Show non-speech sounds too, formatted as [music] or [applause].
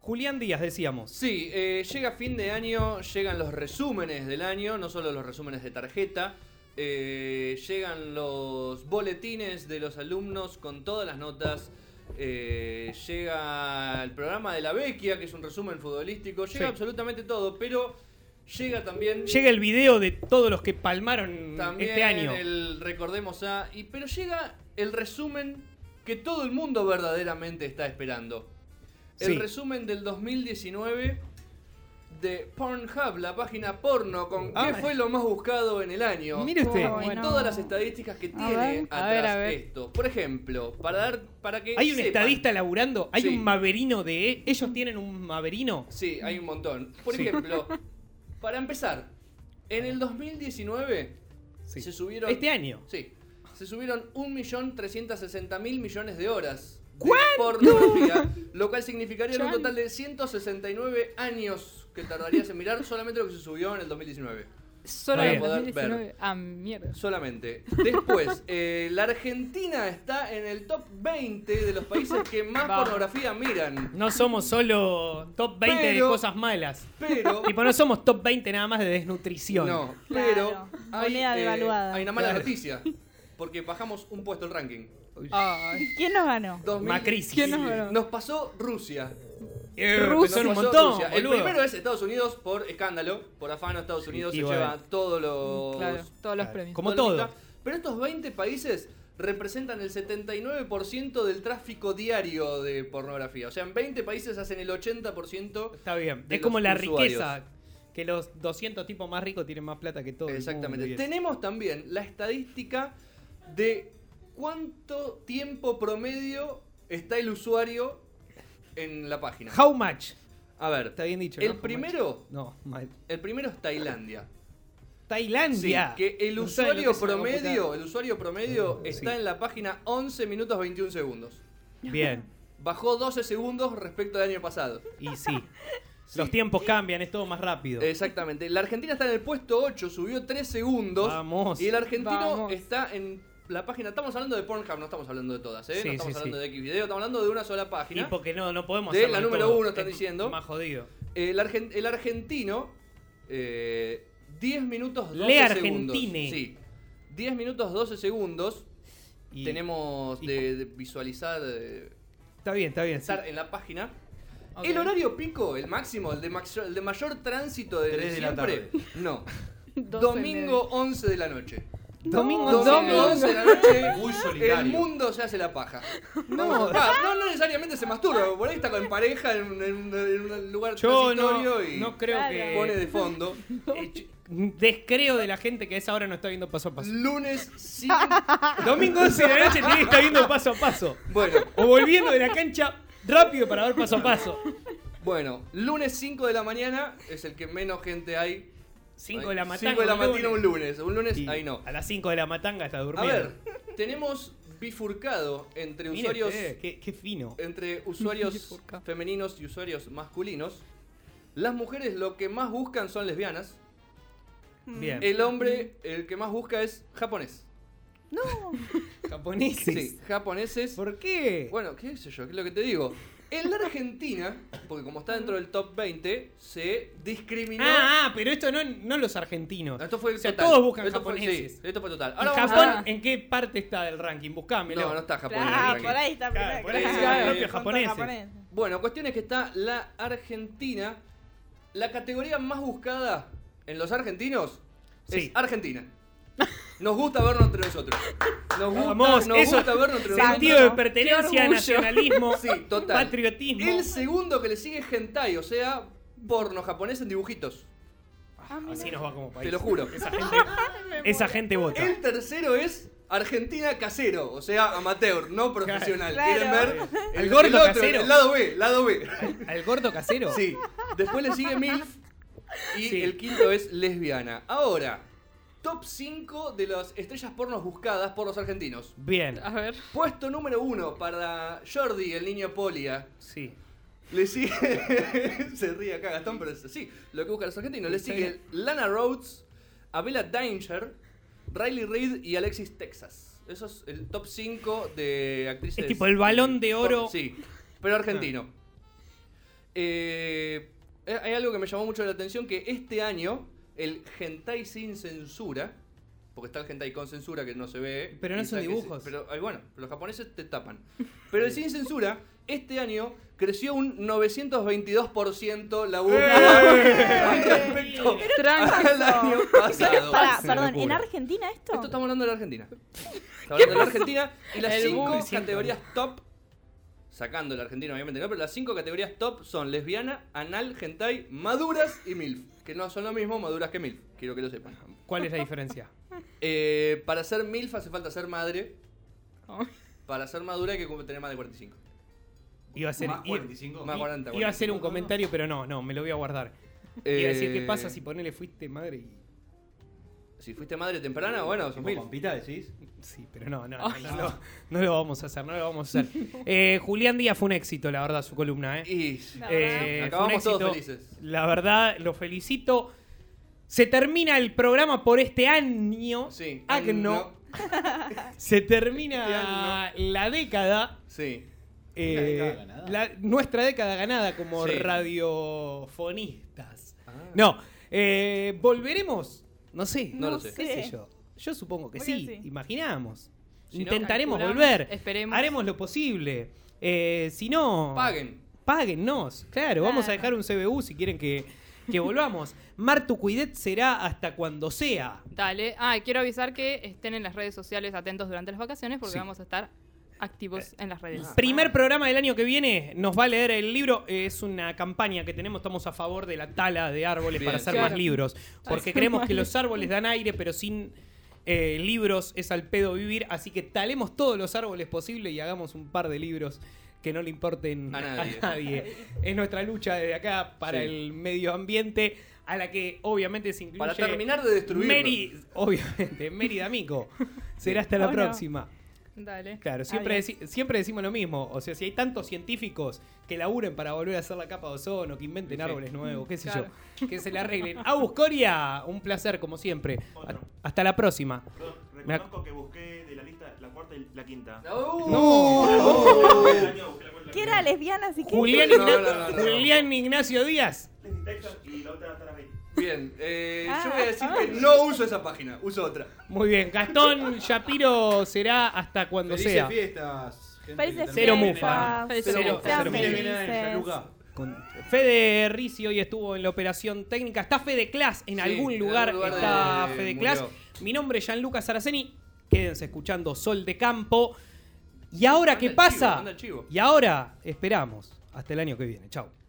Julián Díaz, decíamos. Sí, eh, llega fin de año, llegan los resúmenes del año, no solo los resúmenes de tarjeta, eh, llegan los boletines de los alumnos con todas las notas, eh, llega el programa de la Vecchia, que es un resumen futbolístico, llega Sí. absolutamente todo, pero llega también... Llega el video de todos los que palmaron También este año. el recordemos a y pero llega el resumen que todo el mundo verdaderamente está esperando. El Sí. resumen del 2019 de Pornhub, la página porno con Ah. qué fue lo más buscado en el año. Mire usted. con Bueno. todas las estadísticas que tiene ver. atrás A ver, a ver. esto. Por ejemplo, para dar para que Hay un sepan- estadista laburando, hay Sí. un maverino de... Ellos tienen un maverino. Sí, hay un montón. Por Sí. ejemplo, para empezar, en el 2019 Sí. se subieron Este año. Sí. Se subieron 1.360.000 millones de horas. de ¿Cuánto? Pornografía, lo cual significaría un Chan. total de 169 años que tardarías en mirar solamente lo que se subió en el 2019. Solo Para en el poder 2019. ver. Ah, mierda. Solamente. [laughs] Después, eh, la Argentina está en el top 20 de los países que más Vamos. pornografía miran. No somos solo top 20 Pero- de cosas malas. Pero. Tipo, no somos top 20 nada más de desnutrición. No, pero. Claro, Hay, eh, moneda devaluada. hay una mala Claro. noticia. Porque bajamos un puesto el ranking. Ay. ¿Y quién nos ganó? 2000 Macrisis. ¿Quién nos ganó? Nos pasó Rusia. Eh, Rusia. son un Pasó montón, Rusia. El boludo. primero es Estados Unidos por escándalo, por afano Estados Unidos Y se bueno. lleva todos los Mm, Claro, todos los Claro. premios. Como toda la todo. lista. Pero estos 20 países representan el 79% del tráfico diario de pornografía. O sea, en 20 países hacen el 80%. Está bien. de Es como los la usuarios. riqueza. Que los 200 tipos más ricos tienen más plata que todos. Exactamente. Tenemos también la estadística de cuánto tiempo promedio está el usuario en la página. How much. A ver, Está bien dicho. ¿no? el How primero, much. No, mal. el primero es Tailandia. Sí, Tailandia. que el No saben lo usuario que es una promedio, el usuario promedio está Sí. en la página 11 minutos 21 segundos. puta- Bien. Bajó 12 segundos respecto al año pasado. Y sí. [laughs] Los tiempos cambian, es todo más rápido. Exactamente. La Argentina está en el puesto 8, subió 3 segundos. Vamos. Y el argentino Vamos. está en la página. Estamos hablando de Pornhub, no estamos hablando de todas, ¿eh? Sí, no estamos sí, hablando de Xvideo, estamos hablando de una sola Y página. porque no, no podemos De hacerlo la en número todo. uno están Es diciendo. Más jodido. El, argen- el argentino, eh, 10 minutos 12 Lea segundos. Argentine. Sí. 10 minutos 12 segundos Y- tenemos y- de, de visualizar. eh, Está bien, está bien. sí. estar en la página. Ok. El horario pico, el máximo, el de, maxo- el de mayor tránsito de, Tres de la siempre. [laughs] No. Doce Domingo 11 de la noche. Domingo, Domingo 11 de la noche. Muy El solitario. mundo se hace la paja. No, no, no necesariamente se masturba, por ahí está con pareja en, un- en un- en un lugar Yo transitorio no, y no creo Claro. que. pone de fondo. [laughs] Eh, ch- Descreo de la gente que a esa hora no está viendo paso a paso. Lunes 5. Domingo 11 de la noche tiene que estar viendo paso a paso. Bueno, O volviendo de la cancha rápido para ver paso a paso. bueno, lunes 5 de la mañana es el que menos gente hay. 5 de la mañana. 5 de la mañana un lunes. Un lunes, Y ahí no. A las 5 de la matanga está A durmiendo. ver, tenemos bifurcado entre Mire usuarios Eh, usted, qué, qué fino. entre usuarios Bifurcado. femeninos y usuarios masculinos. Las mujeres lo que más buscan son lesbianas. Mm. Bien. El hombre el que más busca es japonés. Japoneses. Sí, japoneses. ¿Por qué? Bueno, qué sé yo, qué es lo que te digo. En la Argentina, porque como está dentro del top 20, se discriminó. ah, ah, pero esto no, no los argentinos. Esto fue o sea, total. todos buscan Esto fue- japoneses. sí, esto fue total. ¿Y Ahora vamos Japón a- en qué parte está del ranking? Buscámelo. No, no está Japón. en el Ah, ranking. por ahí está. Claro, mirá, por ahí claro. está el propio Con todo japonés. japonés. Bueno, cuestión es que está la Argentina. La categoría más buscada en los argentinos es Sí. Argentina. Nos gusta vernos entre nosotros. Nos gusta, Vamos, nos eso- gusta vernos entre Sentido de nosotros. Qué pertenencia, orgullo. nacionalismo, Sí, total. patriotismo. El segundo que le sigue es hentai, o sea, porno japonés en dibujitos. Así nos va como país. Te lo juro. Esa gente, [laughs] esa gente vota. El tercero es Argentina casero, o sea, amateur, no profesional. Claro. Quieren ver el, Al gordo el otro, casero. el lado B, lado B. ¿Al gordo casero? Sí. Después le sigue MILF. Y Sí. el quinto es lesbiana. Ahora, top 5 de las estrellas pornos buscadas por los argentinos. Bien. A ver. Puesto número 1 para Jordi, el niño polia. Sí. Le sigue. [laughs] se ríe acá Gastón, pero es así. Lo que buscan los argentinos. Le sigue Lana Rhodes, Abela Danger, Riley Reid y Alexis Texas. Eso es el top 5 de actrices. Es tipo el balón de oro. Ah. Sí, pero argentino. eh, eh, hay algo que me llamó mucho la atención, que este año el hentai sin censura, porque está el hentai con censura que no se ve. Pero no y son está que se- dibujos. pero ay, bueno, los japoneses te tapan. Pero el sin censura, este año creció un 922% la búsqueda con respecto al año Tranquilo. pasado. Pará, Una perdón, ¿en locura. Argentina esto? Esto estamos hablando de la Argentina. Estamos hablando de la Argentina y las El cinco buco. categorías top, sacando la Argentina obviamente no, pero las cinco categorías top son lesbiana, anal, hentai, maduras y milf. Que no son lo mismo maduras que milf, quiero que lo sepan. ¿Cuál es la diferencia? Eh, para ser milf hace falta ser madre, Ay. para ser madura hay que tener más de 45. Iba a ser, Más i- 45. Más 40, iba a 40. hacer un comentario, pero no, no, me lo voy a guardar. Iba a decir, ¿qué pasa si ponele fuiste madre? Y... Eh, Si fuiste madre temprana, bueno, sos Tipo, milf. Pampita, decís? Sí, pero no, no, no, no, no, no lo vamos a hacer, no lo vamos a hacer. [laughs] Eh, Julián Díaz fue un éxito, la verdad, su columna, ¿eh? Y... La verdad. Eh, fue un Acabamos todos éxito. felices. La verdad, lo felicito. Se termina el programa por este año. Sí. Ah, Este Agno. Se termina la década. Sí. eh, década ganada. la- nuestra década ganada como Sí. radiofonistas. Ah. No, eh, volveremos. No sé. No lo sé. ¿Qué sé yo? Yo supongo que Muy sí. bien, sí. Imaginamos. Si no, este Intentaremos calculamos, volver. esperemos. Haremos lo posible. Eh, si no. Paguen. Páguennos, claro, vamos a dejar un CBU si quieren que, que [laughs] volvamos. Martu Cuidet será hasta cuando sea. Dale. Ah, y quiero avisar que estén en las redes sociales atentos durante las vacaciones porque Sí. vamos a estar activos en las redes. Primer programa del año que viene nos va a leer el libro. Es una campaña que tenemos, estamos a favor de la tala de árboles Bien. para hacer Claro. más libros. Porque Hacer creemos más que los árboles dan aire, pero sin eh, libros es al pedo vivir. Así que talemos todos los árboles posible y hagamos un par de libros que no le importen A a nadie. nadie. Es nuestra lucha desde acá para Sí. el medio ambiente, a la que obviamente se incluye. Para terminar de destruir. Mary, obviamente, Mary D'Amico. Será hasta la Hola. próxima. Dale. Claro, siempre, deci- siempre decimos lo mismo. O sea, si hay tantos científicos que laburen para volver a hacer la capa de ozono, que inventen Sí. árboles nuevos, qué sé Claro. yo, que se la arreglen. Agus Coria, un placer como siempre. Otro. A- Hasta la próxima. Perdón, reconozco que busqué de la lista la cuarta y la quinta. El año busqué la cuarta y la ¿Qué quinta. era lesbiana? Así que. Julián, No, no, Igna- no, no, no. Julián Ignacio Díaz. Leslie Texas y la otra Tara Reid. Bien, eh, yo Ah, voy a decir ah. que no uso esa página, uso otra. Muy bien. Gastón Shapiro será hasta cuando Felices sea. fiestas, gente. Parece ah, que Cero también mufa. viene- Cero Sean mufa, cero También felices. viene en felices. Yaluga. Con- Fede Rizzi hoy estuvo en la operación técnica. Está Fede Class en Sí, algún en lugar. algún lugar está de- Fede murió. Class. Mi nombre es Gianluca Saraceni. Quédense escuchando Sol de Campo. ¿Y ahora Manda qué el chivo, pasa? manda el chivo. y ahora esperamos. Hasta el año que viene. Chao.